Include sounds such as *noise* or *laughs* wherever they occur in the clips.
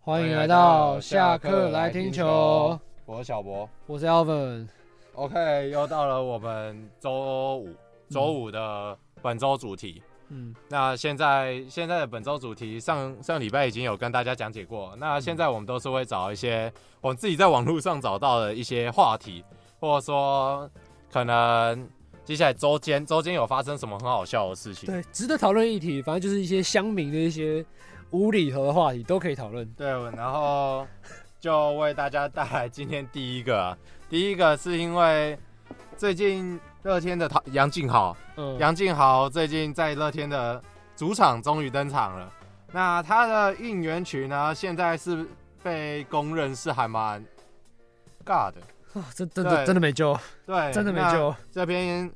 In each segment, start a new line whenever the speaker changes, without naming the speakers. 欢迎来到下课来听球，
我是小博。
我是 Alvin。
OK，又到了我们周五周五的本周主题。
嗯，
那现在现在的本周主题上上礼拜已经有跟大家讲解过。那现在我们都是会找一些我们自己在网络上找到的一些话题，或者说可能接下来周间周间有发生什么很好笑的事情。
对，值得讨论议题，反正就是一些乡民的一些无厘头的话题都可以讨论。
对，然后就为大家带来今天第一个啊，第一个是因为最近乐天的陶杨敬豪，
嗯，
杨敬豪最近在乐天的主场终于登场了。那他的应援曲呢，现在是被公认是还蛮尬的，
啊真真的真的没救，
对，
真的没
那
救。
这边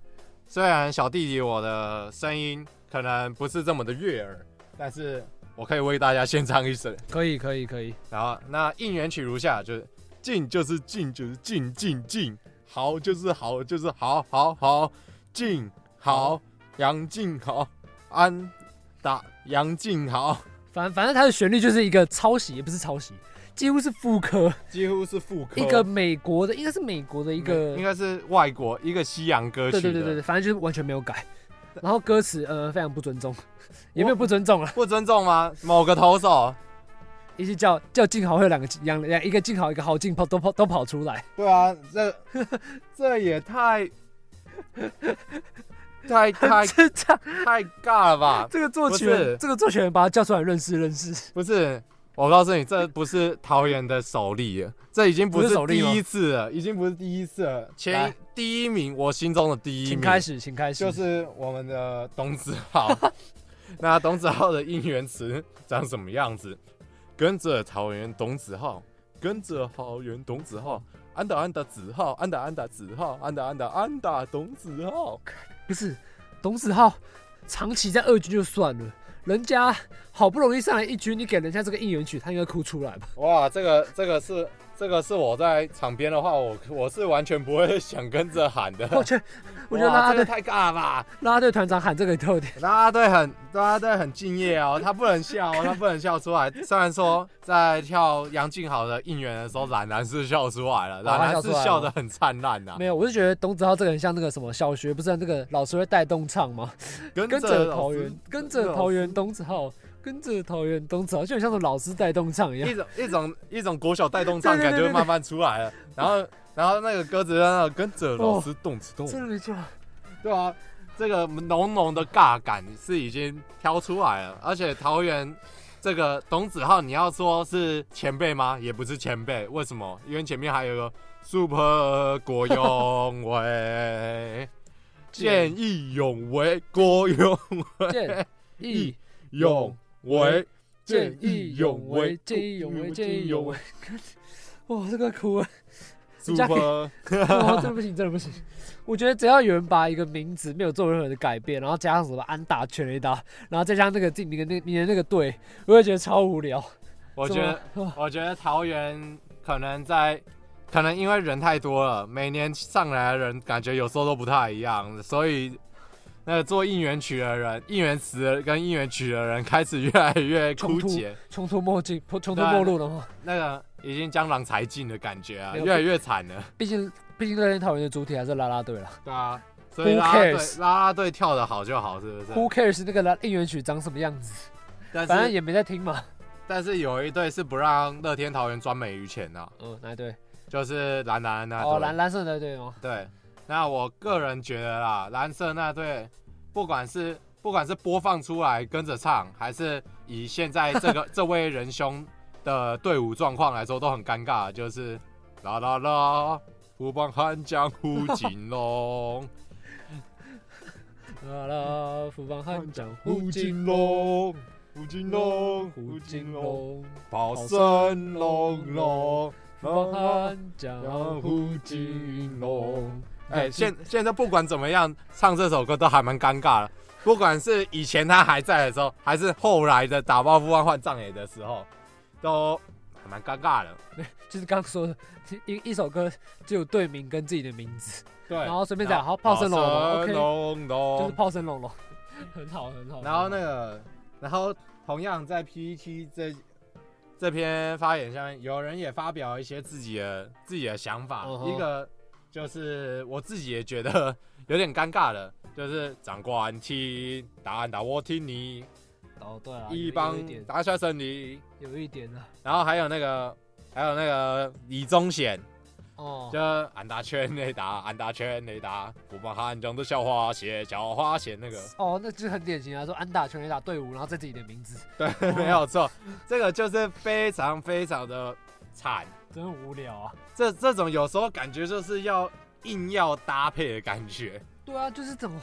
虽然小弟弟我的声音可能不是这么的悦耳，但是我可以为大家献唱一首
可以可以可以，
然后那应援曲如下，就是进就是进就是进进进，好就是好就是好好好进好杨静好安打杨静好，
反反正它的旋律就是一个抄袭，也不是抄袭，几乎是复刻
几乎是副科
一个美国的，应该是美国的一个
应，该是外国一个西洋歌
对
曲
对
的，
对对对，反正就是完全没有
*laughs*
改。然后歌词呃非常不尊重，也没有不尊重啊，
不尊重吗？某个投手，
一些叫叫静豪会有两个两两一个静豪一个豪静跑都跑都跑出来，
对啊，这这也太太太
这这
太尬了吧？
这个作曲
不
人，
是
这个作曲人把他叫出来认识认识，
不是，我告诉你，这不是桃园的首例 *laughs* 了，这已经不
不是
是
首例吗
第一次了，已经不是第一次了。前
来
一第一名，我心中的第一
请
名，
开始，请开始，
就是我们的董子 *laughs* 浩。那董子浩的应援词长什么样子？跟着桃园董子浩，跟着桃园董子浩，安打安打子浩，安打安打子浩，安打安打安打董子浩。
不是董子浩长期在二军就算了，人家好不容易上来一军，你给人家这个应援曲，他应该哭出来吧？
哇，这个这个是这个是我在场边的话，我我是完全不会想跟着喊的。
我觉得，我觉得
哇
啦啦
这个
队
太尬了吧！
啦啦队团长喊这个也特有点，
啦啦队很啦啦队很敬业
*laughs*
哦，他不能笑哦，他不能笑出来。虽然说在跳杨静好的应援的时候，冉冉是笑出来了，
哦
冉冉是笑得很灿烂呐、
没有，我是觉得董子浩这个很像那个什么小学，不是那个老师会带动唱吗？
跟
跟
着
着
老
桃
师
园，跟着桃园董子浩，跟着桃园董子浩，就很像那种老师带动唱一样
一。种一种一种国小带动唱
对对
感
对
就会慢慢出来了。然后然后那个歌词在那跟着老师动次动，
真的没 *laughs* 错，
*laughs* 对啊，这个浓浓的尬感是已经挑出来了，而且桃园。这个董子浩，你要说是前辈吗？也不是前辈，为什么？因为前面还有一个 Super 郭永伟， *laughs* 见义勇为，郭永
见义
勇为，
见义勇为，见义勇为，见义勇
*laughs*
为。 *laughs* 哇，这个哭啊！人家可以
，Super *laughs*
哇，真的不行，真的不行。我觉得只要有人把一个名字没有做任何的改变，然后加上什么安打、全垒打，然后再加上那个进你的那你的那个队，我会觉得超无聊。
我觉得，
*laughs* 怎么哇
*laughs* 我觉得桃园可能在，可能因为人太多了，每年上来的人感觉有时候都不太一样，所以那个做应援曲的人、应援词的跟应援曲的人开始越来越枯
冲突
竭，
穷途末境，穷途末路的话，
那个已经江郎才尽的感觉啊，
没有
越来越惨了。
毕竟毕竟乐天桃园的主体还是啦啦队了。
对啊，所以
Who
啦啦队
cares？
啦啦队跳的好就好，是不是？
Who cares 那个啦应援曲长什么样子？
但
反正
是
也没在听嘛。
但是有一队是不让乐天桃园专美于前啊，
嗯，哪一队？
就是蓝蓝那队。
哦，蓝蓝色那队吗？
对，那我个人觉得啦，蓝色那队，不管是不管是播放出来跟着唱，还是以现在这 *laughs* 个这位仁兄的队伍状况来说，都很尴尬，就是啦啦啦，虎帮汉江 *laughs* 虎金龙，
啦啦，福邦悍将虎金
龙，虎金龙，
虎
虎
金
金龙，
龙，
跑生龙龙。
福邦悍将
江
虎
湖
金
金
龙
龙。哎、
嗯
现现在不管怎么样，唱这首歌都还蛮尴尬的。不管是以前他还在的时候，还是后来的打爆富万换藏野的时候，都还蛮尴尬的。
就是刚说的，一一首歌只有队名跟自己的名字，
对，
然后随便讲，好炮声龙龙
炮声
，OK，
隆
就是
隆。
炮声龙龙，很好很好。
然后那个，然后同样在 PPT 这这篇发言下面，有人也发表一些自己的自己的想法。
嗯哼
一个就是我自己也觉得 *laughs* 有点尴尬的，就是长官听答案打我听你，
哦，对了，
一
有
帮
有一点，
打下胜利。
有一点啊，
然后还有那个还有那个李宗贤，
哦，
就安达圈内打，安达圈内打，不帮汉中的小花鞋，小花鞋
*laughs*
那个。
哦，那就很典型啊，说安打全垒打队伍，然后再自己的名字，
对， *laughs* 没有错，这个就是非常非常的惨。
真无聊啊。
这这种有时候感觉就是要硬要搭配的感觉。
对啊，就是怎么，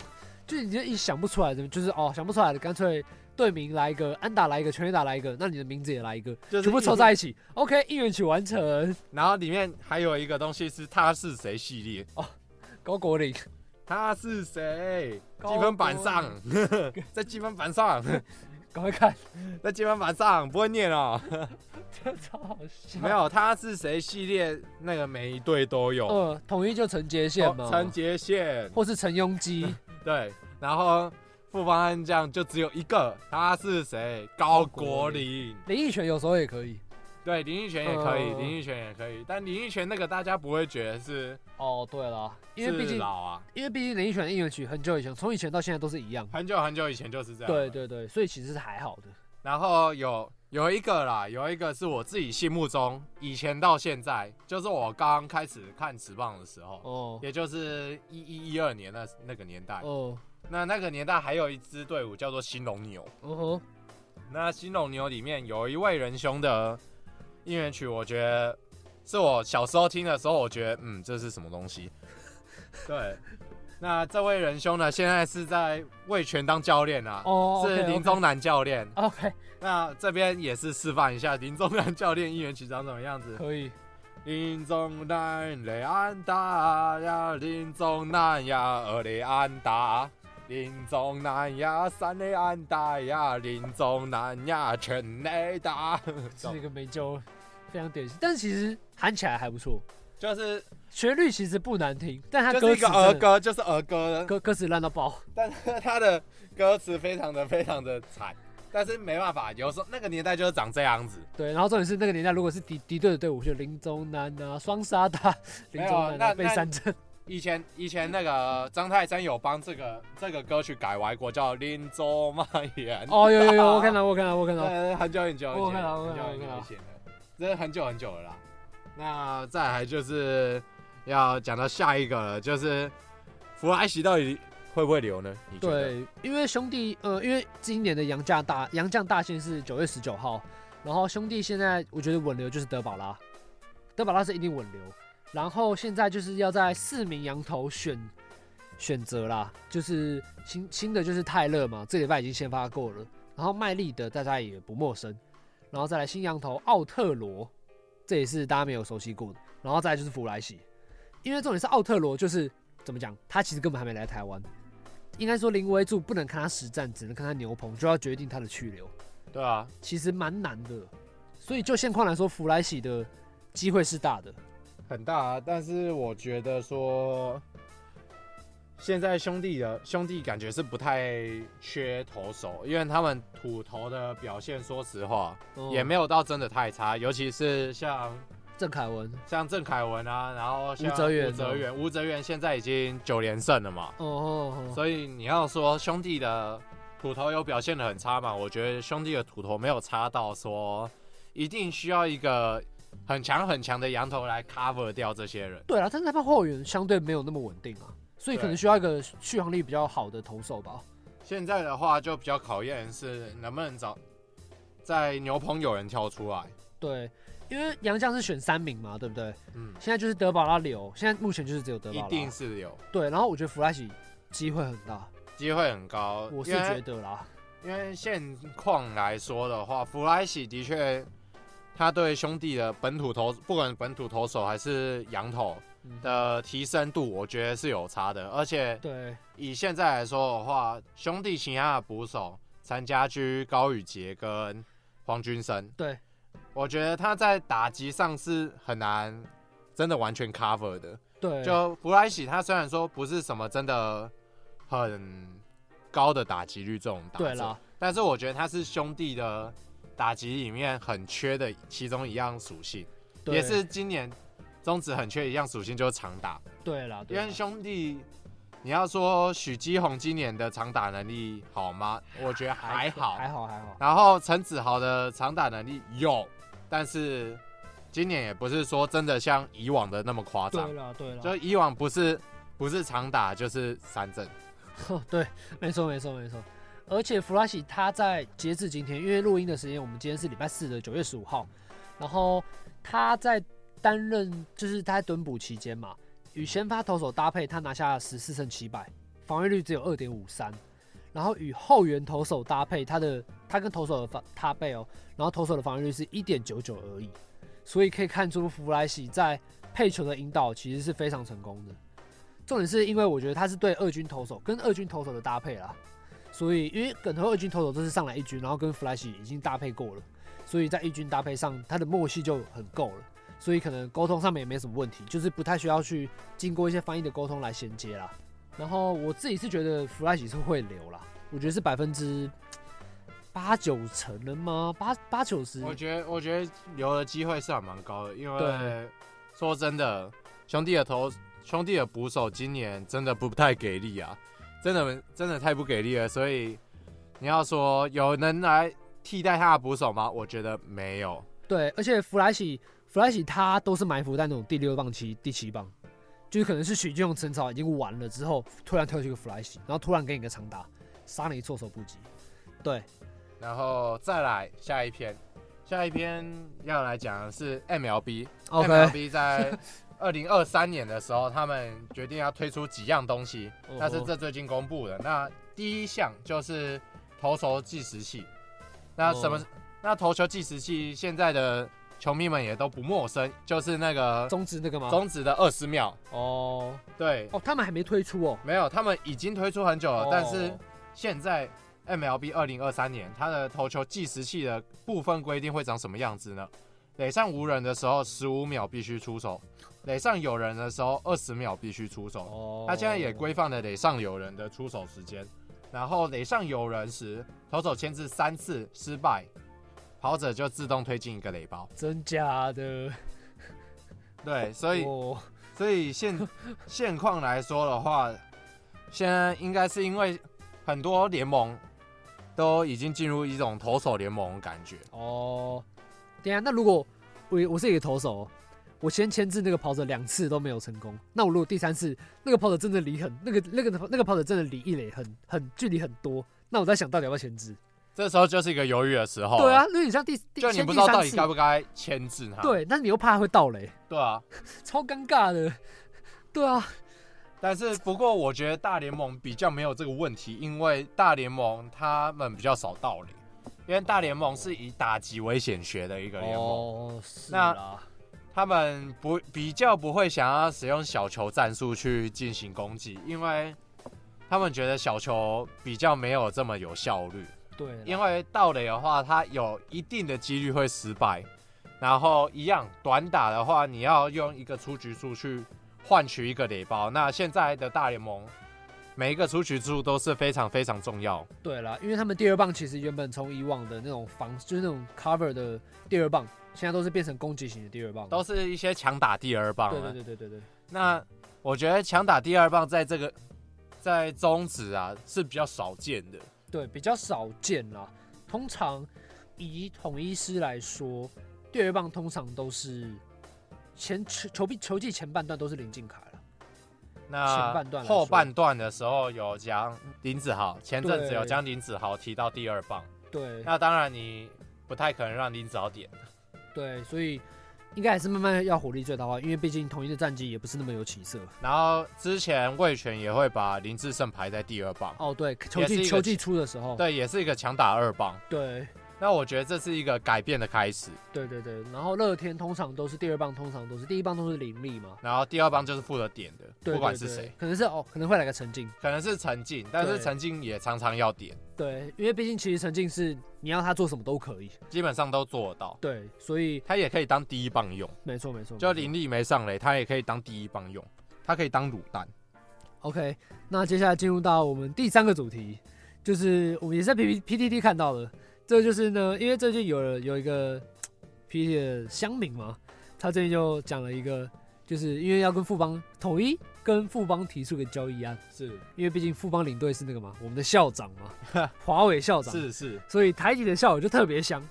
就你就一想不出来的，就是哦想不出来的，干脆队名来一个，安打来一个，全垒打来一个，那你的名字也来一个，
就是
全部
一
凑在一起，OK，一元曲完成。
然后里面还有一个东西是他是谁系列，
高国林，
他是谁
高
积分板上， *laughs* 在积分板上， *laughs*
赶快看， *laughs*
在积分板上不会念哦。
这超好笑。
没，有，他是谁系列那个每一队都有，哦
呃，统一就陈杰宪嘛，
陈杰宪
或是陈庸
*laughs*
基，
对，然后复方悍将就只有一个，他是谁？高国林。
林奕璇有时候也可以。
对，林奕泉也可以，
嗯
林奕泉也可以，但林奕泉那个大家不会觉得是
哦，对了，因为毕
是
竟
老啊，
因为毕竟林奕璇的应援曲很久以前，从以前到现在都是一样。
很久很久以前就是这样。
对。对对，所以其实是还好的。
然后有有一个啦，有一个是我自己心目中以前到现在，就是我刚开始看尺棒的时候，
哦
也就是一一一二年那那个年代。
哦，
那那个年代还有一支队伍叫做新龙牛，
嗯哼，
那新龙牛里面有一位仁兄的应援曲，我觉得是我小时候听的时候，我觉得嗯，这是什么
*laughs*
东西？对，那这位仁兄呢，现在是在味全当教练啊，
哦，
是林宗南教练。
，OK，
那这边也是示范一下林宗南教练应援曲长什么样子。
可以。
林宗南雷安达呀，林宗南呀二雷安达，林宗南呀三雷安达呀，林宗南呀全雷达，
这是一个没救，非常典型。但其实喊起来还不错，
就是
旋律其实不难听，但它
就
歌
是
词
一个
真
儿
的
歌，就是儿歌，
歌歌词烂到爆。
但是他的歌词非常的非常的惨，但是没办法，有时候那个年代就是长这样子。
对，然后重点是那个年代，如果是敌敌对的队伍，就林中南啊、双杀打、林中南
没有
啊
那
被三振。
以前以前那个张泰山有帮这个这个歌曲改歪过，叫《林州蔓延》。
哦，有有有，
啊
我看到我看到我看到，
对，很久很久以
啊我
前
看到
了，
我
很
看
久
到
很
我看
久
到
以前了，真的很久很久了啦。那再来就是要讲到下一个了，就是弗莱西到底会不会留呢？你觉得，
对，因为兄弟，呃，因为今年的杨将大杨将大限是九月十九号，然后兄弟现在我觉得稳留就是德保拉，德保拉是一定稳留，然后现在就是要在四名羊头选选择啦，就是新新的就是泰勒嘛，这礼拜已经先发过了，然后麦利德大家也不陌生，然后再来新羊头奥特罗，这也是大家没有熟悉过的，然后再来就是弗莱西，因为重点是奥特罗就是怎么讲，他其实根本还没来台湾。应该说临危柱不能看他实战，只能看他牛棚，就要决定他的去留，
对啊，
其实蛮难的。所以就现况来说，弗莱喜的机会是大的。
很大、啊，但是我觉得说，现在兄弟的兄弟感觉是不太缺投手，因为他们土投的表现，说实话、
嗯
也没有到真的太差，尤其是像
郑凯文，
像郑凯文啊，然后像
吴哲源
吴哲源，吴哲源现在已经九连胜了嘛，
哦哦哦，
所以你要说兄弟的土头有表现的很差嘛？我觉得兄弟的土头没有差到说一定需要一个很强很强的羊头来 cover 掉这些人。
对了，但是他们后援相对没有那么稳定啊，所以可能
对
需要一个续航力比较好的投手吧。
现在的话就比较考验是能不能找在牛棚有人跳出来。
对，因为杨将是选三名嘛，对不对？
嗯，
现在就是德保拉留，现在目前就是只有德
一
保拉。
定是有
对，然后我觉得弗莱喜机会很大，
机会很高，
我是
因为
觉得啦。
因为现况来说的话，弗莱喜的确，他对兄弟的本土投，不管本土投手还是洋投
嗯
的提升度，我觉得是有差的。而且
对，
以现在来说的话，兄弟其他的捕手，陈家驹、高宇杰跟黄君生，
对，
我觉得他在打击上是很难真的完全 cover 的。
对，
就弗莱喜，他虽然说不是什么真的很高的打击率这种打者，
对啦，
但是我觉得他是兄弟的打击里面很缺的其中一样属性，
对
也是今年中职很缺一样属性就是长打。
对啦，
因
对啦
为兄弟，你要说许基宏今年的长打能力好吗？我觉得还好。
还好还好，
然后陈子豪的长打能力有，但是今年也不是说真的像以往的那么夸张
对，啦对 *laughs*
就
啦，
以往不是不是长打就是三振。
哦对，没错没错没错。而且弗拉西他在截至今天，因为录音的时间，我们今天是礼拜四的九月十五号，然后他在担任就是他在蹲捕期间嘛，与先发投手搭配，他拿下十四胜七败，防御率只有二点五三。然后与后援投手搭配，他的他跟投手的防搭配哦，然后投手的防御率是一点九九而已，所以可以看出弗莱喜在配球的引导其实是非常成功的。重点是因为我觉得他是对二军投手跟二军投手的搭配啦，所以因为梗头二军投手都是上来一军，然后跟弗莱喜已经搭配过了，所以在一军搭配上他的默契就很够了，所以可能沟通上面也没什么问题，就是不太需要去经过一些翻译的沟通来衔接啦。然后我自己是觉得弗莱喜是会留啦，我觉得是百分之八九成了吗？八八九十？
我觉得我觉得留的机会是还蛮高的，因为
对
说真的，兄弟的投兄弟的捕手今年真的不太给力啊，真的真的太不给力了，所以你要说有能来替代他的捕手吗？我觉得没有。
对，而且弗莱喜弗莱喜他都是埋伏在那种第六棒期、第七棒，就是可能是许金龙、陈草已经完了之后，突然跳起一个弗莱喜，然后突然给你个长打，杀你措手不及。对，
然后再来下一篇，下一篇要来讲的是 MLB。
OK
MLB 在二零二三年的时候，他们决定要推出几样东西，
嗯哼
但是这最近公布的。那第一项就是投球计时器。那什么？
哦
那投球计时器现在的球迷们也都不陌生，就是那个
哦中职那个吗？
终止的二十秒。
哦
对，
哦，他们还没推出哦。
没有，他们已经推出很久了，
哦
但是现在 MLB 二零二三年它的投球计时器的部分规定会长什么样子呢？垒上无人的时候，十五秒必须出手；垒上有人的时候，二十秒必须出手。
哦
它现在也规范了垒上有人的出手时间，然后垒上有人时，投手牵制三次失败，跑者就自动推进一个垒包。
哦真假的，
对，所以
哦
所以现 *laughs* 现况来说的话，现在应该是因为很多联盟都已经进入一种投手联盟的感觉。
哦，对啊，那如果我我是一个投手哦、我先牵制那个跑者两次都没有成功，那我如果第三次那个跑者真的离很那个那个那个跑者真的离一垒很很距离很多，那我在想到底要不要牵制？
这时候就是一个犹豫的时候。
对啊，，因为你像第第
就你
先
不
第
知道
三
到底该
次，
不该牵制他。
对，但是你又怕他会倒垒，
对啊，
超尴尬的。对啊，
但是不过我觉得大联盟比较没有这个问题，因为大联盟他们比较少道理，因为大联盟是以打击为显学的一个联盟。
哦，是
那
啦，
他们不比较不会想要使用小球战术去进行攻击，因为他们觉得小球比较没有这么有效率。
对啦，
因为盗垒的话，它有一定的几率会失败，然后一样短打的话，你要用一个出局数去换取一个垒包。那现在的大联盟，每一个出局数都是非常非常重要。
对啦，因为他们第二棒其实原本从以往的那种防就是那种 cover 的第二棒，现在都是变成攻击型的第二棒，
都是一些强打第二棒
对
啊
对对对对对。
那我觉得强打第二棒在这个在中职啊是比较少见的。
对，比较少见啦。通常以统一师来说，第二棒通常都是前球球技球技前半段都是林靖凯了。前
那
半段来说
后半段的时候有讲林子豪，前阵子有将林子豪提到第二棒。
对
那当然你不太可能让林子豪点，
对，所以应该还是慢慢要火力最大化，因为毕竟统一的战绩也不是那么有起色。
然后之前魏权也会把林志胜排在第二棒，
哦，对，球
也是一
技
个
球技出的时候，
对，也是一个强打二棒。
对
那我觉得这是一个改变的开始，
对对对。然后乐天通常都是第二棒，通常都是第一棒都是林立嘛，
然后第二棒就是负责点的，
对
不管
对
是
对
谁，
可能是哦，可能会来个陈静。
可能是陈静，但是
对
陈静也常常要点，
对，因为毕竟其实陈静是你要他做什么都可以。
基本上都做得到。
对，所以
他也可以当第一棒用，
没错没错，
就
没错
林立没上垒，他也可以当第一棒用，他可以当卤蛋。
OK，那接下来进入到我们第三个主题，就是我们也是在 P P P T T 看到的，这就是呢，因为最近有了有一个 PT 的乡民嘛，他最近就讲了一个，就是因为要跟富邦统一跟富邦提出个交易案，
是
因为毕竟富邦领队是那个嘛，我们的校长嘛，华伟校长，
是是，
所以台体的校友就特别香。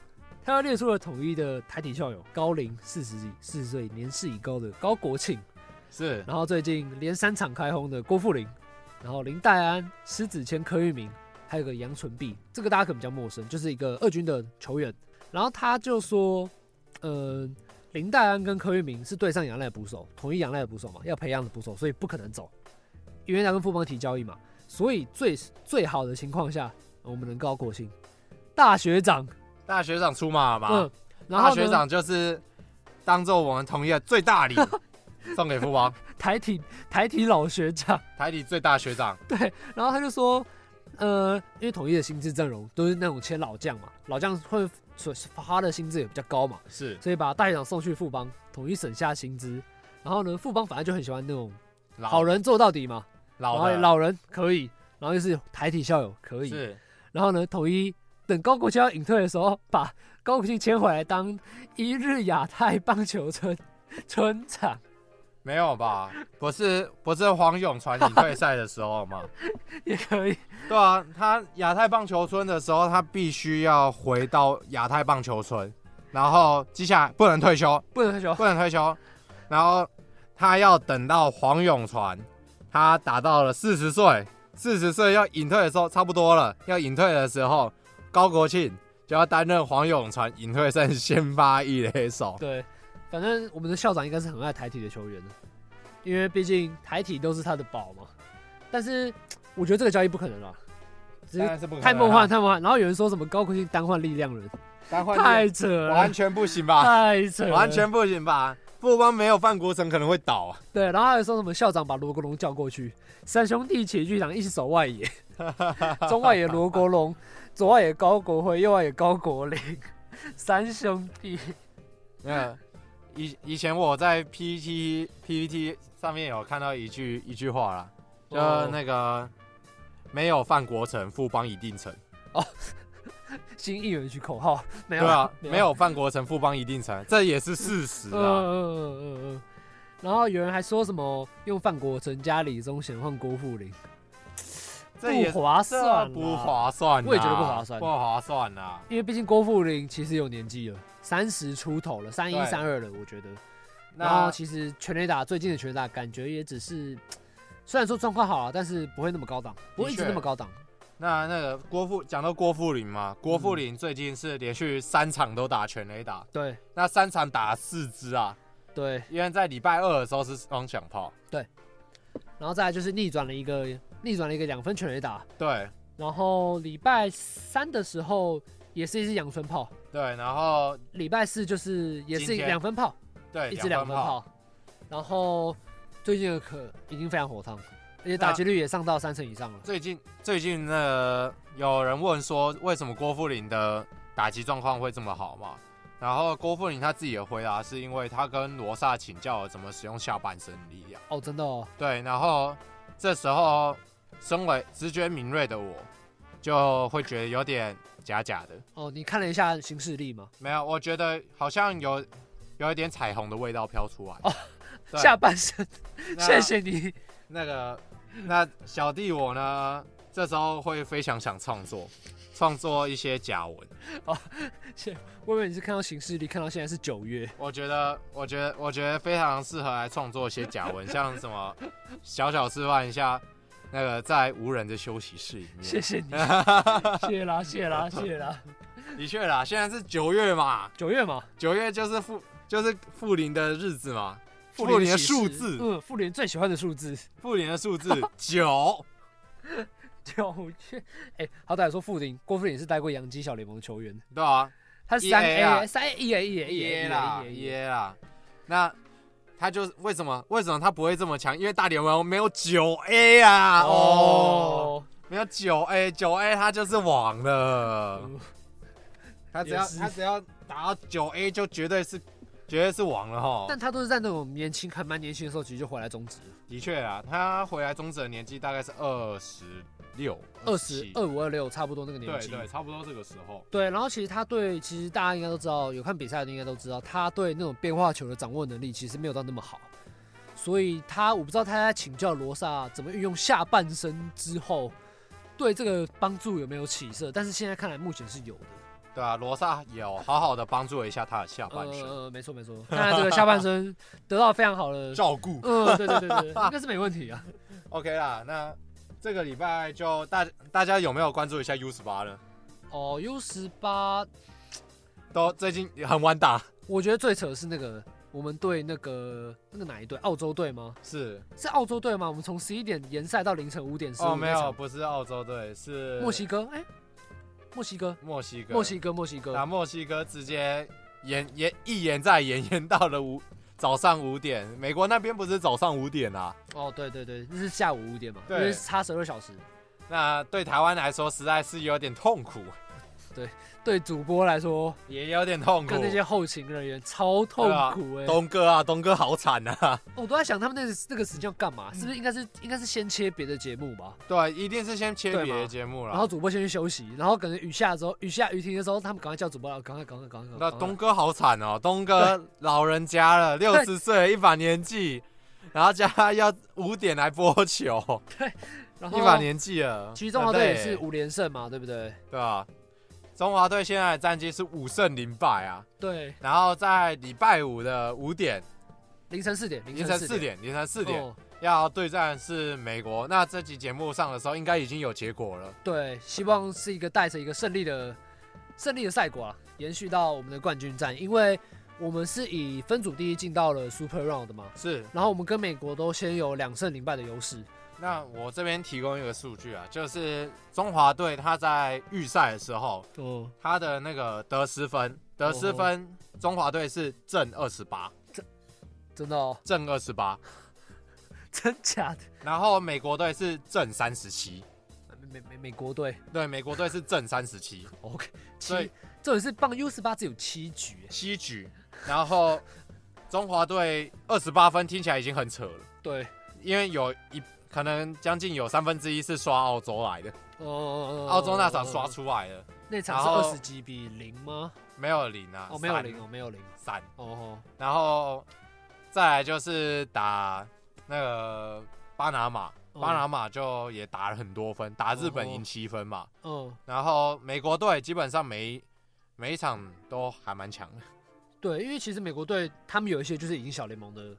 他又列出了统一的台体校友高龄四十几四十岁年事已高的高国庆，
是
然后最近连三场开轰的郭富林，然后林黛安、施子谦、柯玉明，还有个杨纯碧，这个大家可能比较陌生，就是一个二军的球员。然后他就说，呃，林黛安跟柯玉明是对上杨赖的捕手，同一杨赖的捕手嘛，要培养的捕手，所以不可能走，因为他跟富邦提交易嘛。所以最最好的情况下，我们能高国庆大学长，
大学长出马了吧？
嗯，然后
大
呢
学长就是当做我们同业最大
*laughs*
礼，送给父王
台体台体老学长。
台里最大学长，
然后他就说，呃，因为统一的薪资阵容都是那种签老将嘛，老将会所花的薪资也比较高嘛，
是
所以把大学长送去富邦，统一省下薪资。然后呢，富邦反正就很喜欢那种
老
好人做到底嘛，然
哦老
后
的
老人可以，然后又是台体校友可以，
是
然后呢，统一等高国庆要隐退的时候，把高国庆签回来当一日亚太棒球村村长，
没有吧？ *laughs* 不是不是黄永传引退赛的时
*laughs*
候吗？
也可以，
对啊，他亚太棒球村的时候，他必须要回到亚太棒球村，然后接下来不能退休，
不能说
不能退休，然后他要等到黄永传他打到了四十岁，四十岁要隐退的时候差不多了，要隐退的时候，高国庆就要担任黄永传隐退赛先发一垒手。
对，反正我们的校长应该是很爱台体的球员的，因为毕竟台体都是他的宝嘛。但是我觉得这个交易不可能了，只
当
是
然是不可能啊
太梦幻，，太梦幻。然后有人说什么高国庆单换力量人，
单换
太扯了
*laughs* 完，全不行
*laughs*
吧？
太扯了，
完全不行吧？富邦没有范国成可能会倒啊。
对。然后还有说什么校长把罗国龙叫过去，三兄弟齐聚场一起守外野， *laughs* 中外野罗国龙，左外野高国辉，右外野高国林，三兄弟。
嗯，以以前我在 PPT PPT 上面有看到一句一句话啦，就
哦
那个没有范国成，富邦一定成。
新议员区口号没
对
有
啊，
没
没有范国成，富邦一定成，这也是事实
嗯
啊。
嗯嗯嗯嗯。然后有人还说什么用范国成加李宗贤换郭富林，
这也
不划算啦
这不，划算啊，
我也觉得不划算
不划算啊。
因为毕竟郭富林其实有年纪了，三十出头了，三一
对
三二了，我觉得。然后
那
其实全垒打最近的全垒打感觉也只是，虽然说状况好了，但是不会那么高档，不会一直
确
那么高档。
那那个郭富讲到郭富林嘛，郭富
嗯
林最近是连续三场都打全垒打，
对
那三场打了四支啊，
对，
因为在礼拜二的时候是双响炮，
然后再来就是逆转了一个逆转了一个两分全垒打，
对，
然后礼拜三的时候也是一支阳春炮，
对，然后
礼拜四就是也是
今天
两分炮。
对
一支两分
分，
炮，然后最近的可已经非常火烫，而且打击率也上到三成以上了。
最近最近那个有人问说，为什么郭富林的打击状况会这么好嘛？然后郭富林他自己的回答是因为他跟罗萨请教了怎么使用下半身力量。
哦，真的哦，
对，然后这时候身为直觉敏锐的我，就会觉得有点假假的。
哦，你看了一下行事历吗？
没有，我觉得好像有有一点彩虹的味道飘出来。
哦
对，
下半身，
那
谢谢你。
那个，那小弟我呢，这时候会非常想创作，创作一些假文。
我以为你是看到行事历，看到现在是九
*laughs*
月，
我觉得，我觉得，我觉得非常适合来创作一些假文，像什么小小示范一下，那个在无人的休息室里
谢
面。
谢你，谢啦，谢啦，谢啦。
的确啦，现在是九月嘛，
九月
*laughs*
嘛，
九月就是复就是复龄的日子嘛，复
联
龄的
喜
数
事
字，
嗯，复联最喜欢的数字 *laughs*
复龄的数字九。
九月。哎，好歹说复联，郭富林是待过洋基小联盟球员，
对啊，
他是三
EA 啊
A，三 A 一 A 一 A 一 A
耶啦，E
A
耶啦，那他就是为什么为什么他不会这么强？因为大联盟没有九 A 啊，哦，
哦，
没有九 A，九 A 他就是网了，
嗯
他只要
也是
他只要打到九 A 就绝对是绝对是网了哈
但。他都是在那种年轻还蛮年轻的时候，其实就回来中职了。
的确啊，他回来中职的年纪大概是二十六、
二十
七，
二五二六差不多那个年
对
纪。
对，差不多这个时候。
对，然后其实他对，其实大家应该都知道，有看比赛的应该都知道，他对那种变化球的掌握能力其实没有到那么好，所以他我不知道他在请教罗萨怎么运用下半身之后，对这个帮助有没有起色，但是现在看来目前是有的。
对啊，罗萨有好好的帮助了一下他的下半身，
呃，没错
*laughs*
没错，看来这个下半身得到非常好的，
照顾。
嗯，对对对对，应该是没问题
*laughs*
啊。
OK 啦，那这个礼拜就大大家有没有关注一下 U 十八呢？
哦，U 十八，
都最近很晚打，
我觉得最扯的是那个我们对那个那个哪一队，澳洲队吗？
是
是澳洲队吗？我们从十一点延赛到凌晨五点十
哦，
五
没有，不是澳洲队，是
墨西哥，哎、墨西哥，
墨西哥
墨西哥，墨西
打
哥，
墨西哥直接延延一延再延延到了五早上五点，美国那边不是早上五点啊？
哦，对对对，那是下午五点嘛，因
对
为差十二小时。
那对台湾来说实在是有点痛苦，
对主播来说，
也有点痛苦
跟。那些后勤人员超痛苦哎、
东哥啊，东哥好惨啊！
我都在想他们那个那个时间要干嘛？是不是应该是应该是先切别的节目吧？
嗯对，啊一定是先切
对
别
嘛
的节目
然
了
后。主播先去休息，然后可能雨下的时候，雨下雨停的时候，他们赶快叫主播，赶快赶快赶快。赶快
那东哥好惨哦，东哥老人家了，六十岁一把年纪，然后加上要五点来播球，
然后
一把年纪了。
其实中华队也
很
是
累
五连胜嘛，对不对？
对啊，中华队现在的战绩是五胜零败啊。
对，
然后在礼拜五的五点，
凌晨四点，
凌晨
晨
四
点，
点，凌晨四点、
哦
要对战是美国。那这期节目上的时候，应该已经有结果了。
对，希望是一个带着一个胜利的胜利的赛果啊，延续到我们的冠军战，因为我们是以分组第一进到了 Super Round 的嘛，
是，
然后我们跟美国都先有两胜零败的优势。
那我这边提供一个数据啊，就是中华队他在预赛的时候，
哦，
他的那个得失分，得失分，中华队是正二十八，
真的
*laughs*
哦，
正二十八，
真假的？
然后美国队是正三十七，
啊美美美美国队
对，美国队是正三十七，
，OK，
所以
七，这也是棒 U 十八只有七局，哎
七局，然后中华队二十八分，听起来已经很扯了。
对，
因为有一可能将近有三分之一是刷澳洲来的，
哦，
澳洲那场刷出来了，
那场是
然
二
后
十几比零吗？
没有零啊，
哦，没有
三
零哦，没有零
三，
哦哦，
然后再来就是打那个巴拿马，
哦
巴拿马就也打了很多分，打日本赢七分嘛，
嗯，
然后美国队基本上每一每一场都还蛮强的， *laughs*
对，因为其实美国队他们有一些就是已经小联盟的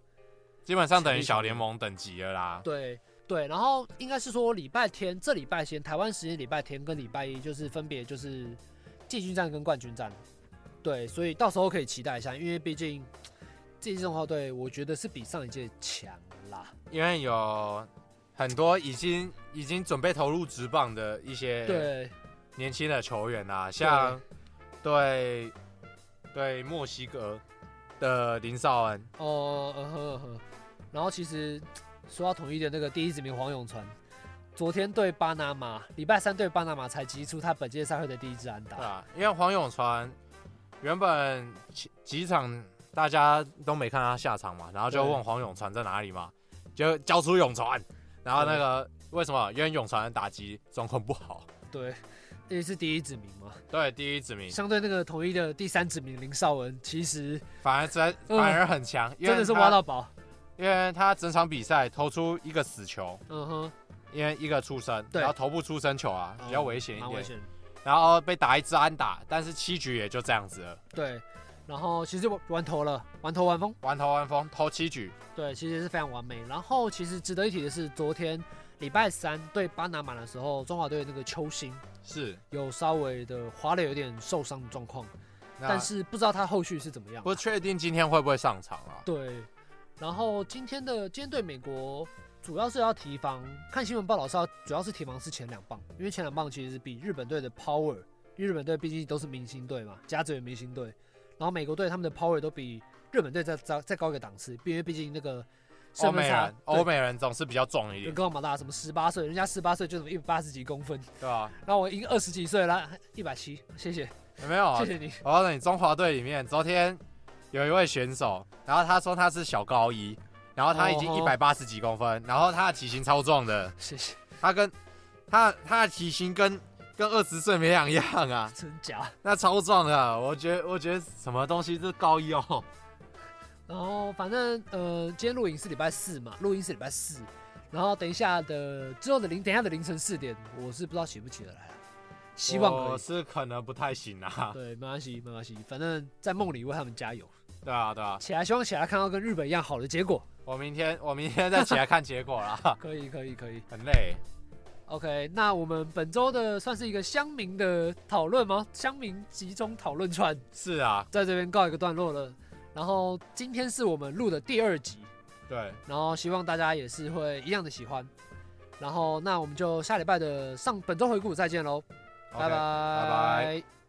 基本上等于小联盟等级了啦。
对对，然后应该是说礼拜天，这礼拜先台湾时间礼拜天跟礼拜一就是分别就是季军战跟冠军战，对，所以到时候可以期待一下，因为毕竟这一届中华队我觉得是比上一届强啦，
因为有很多已经已经准备投入职棒的一些
对
年轻的球员啊，像对对墨西哥的林少恩，
哦、呃呵呃呵，然后其实说到统一的那个第一指名黄永传。昨天对巴拿马，礼拜三对巴拿马才击出他本届赛会的第一支安打。
对啊，因为黄永传原本几几场大家都没看他下场嘛，然后就
对
问黄永传在哪里嘛，就交出永传，然后那个为什么？因为永传打击状况不好，
对，这是第一指名嘛。
对第一指名，
相对那个统一的第三指名林少文，其实
反而真
嗯
反而很强，因为
真的是
他
挖，到宝。
因为他整场比赛投出一个死球，
嗯哼，
因为一个出生，
对哦
然后头部出生球啊，比较危险一
蛮
点
危。险。
然后被打一支安打，但是七局也就这样子了，
对，然后其实玩玩头了，玩头玩疯，
完投完封，投七局，
对，其实是非常完美。然后其实值得一提的是，昨天礼拜三对巴拿马的时候，中华队那个邱兴
是，
有稍微的滑垒有点受伤的状况，
那
但是不知道他后续是怎么样。
不确定今天会不会上场啊？
对，然后今天的今天对美国主要是要提防，看新闻报道是要主要是提防是前两棒，因为前两棒其实比日本队的 power，因为日本队毕竟都是明星队嘛，甲子园明星队，然后美国队他们的 power 都比日本队再再再高一个档次，因为毕竟那个
欧
身份
美
差
人，，
对
欧美人总是比较壮一
人
点，
跟我马大什么十八岁，人家十八岁就什么一百八十几公分，
对吧、
然后我已经二十几岁了，一百七，谢谢、
有没有啊
*laughs* 谢？谢你，
我告诉你，中华队里面昨天有一位选手，然后他说他是小高一，然后他已经
哦
一百八十几公分，然后他的体型超壮的，
谢谢。
他跟他他的体型跟跟二十岁没两样啊， *laughs*
真假？
那超壮的啊。我觉得我觉得什么东西是高一哦，
然后反正呃，今天录影是礼拜四嘛，录音是礼拜四，然后等一下的之后的凌，等一下的凌晨四点，我是不知道起不起得来了，希望可
我
以。
哦是可能不太行啊。 *laughs*
对，没关系，没关系，反正在梦里为他们加油。
对啊对啊，
起来，希望起来看到跟日本一样好的结果。
我明天我明天再起来看结果啦， *laughs*
可以，可以，可以。
很累。
OK，那我们本周的算是一个乡民的讨论吗？乡民集中讨论串
是啊，
在这边告一个段落了。然后今天是我们录的第二集，
对，
然后希望大家也是会一样的喜欢。然后那我们就下礼拜的上本周回顾再见喽，拜拜，
拜
拜
拜。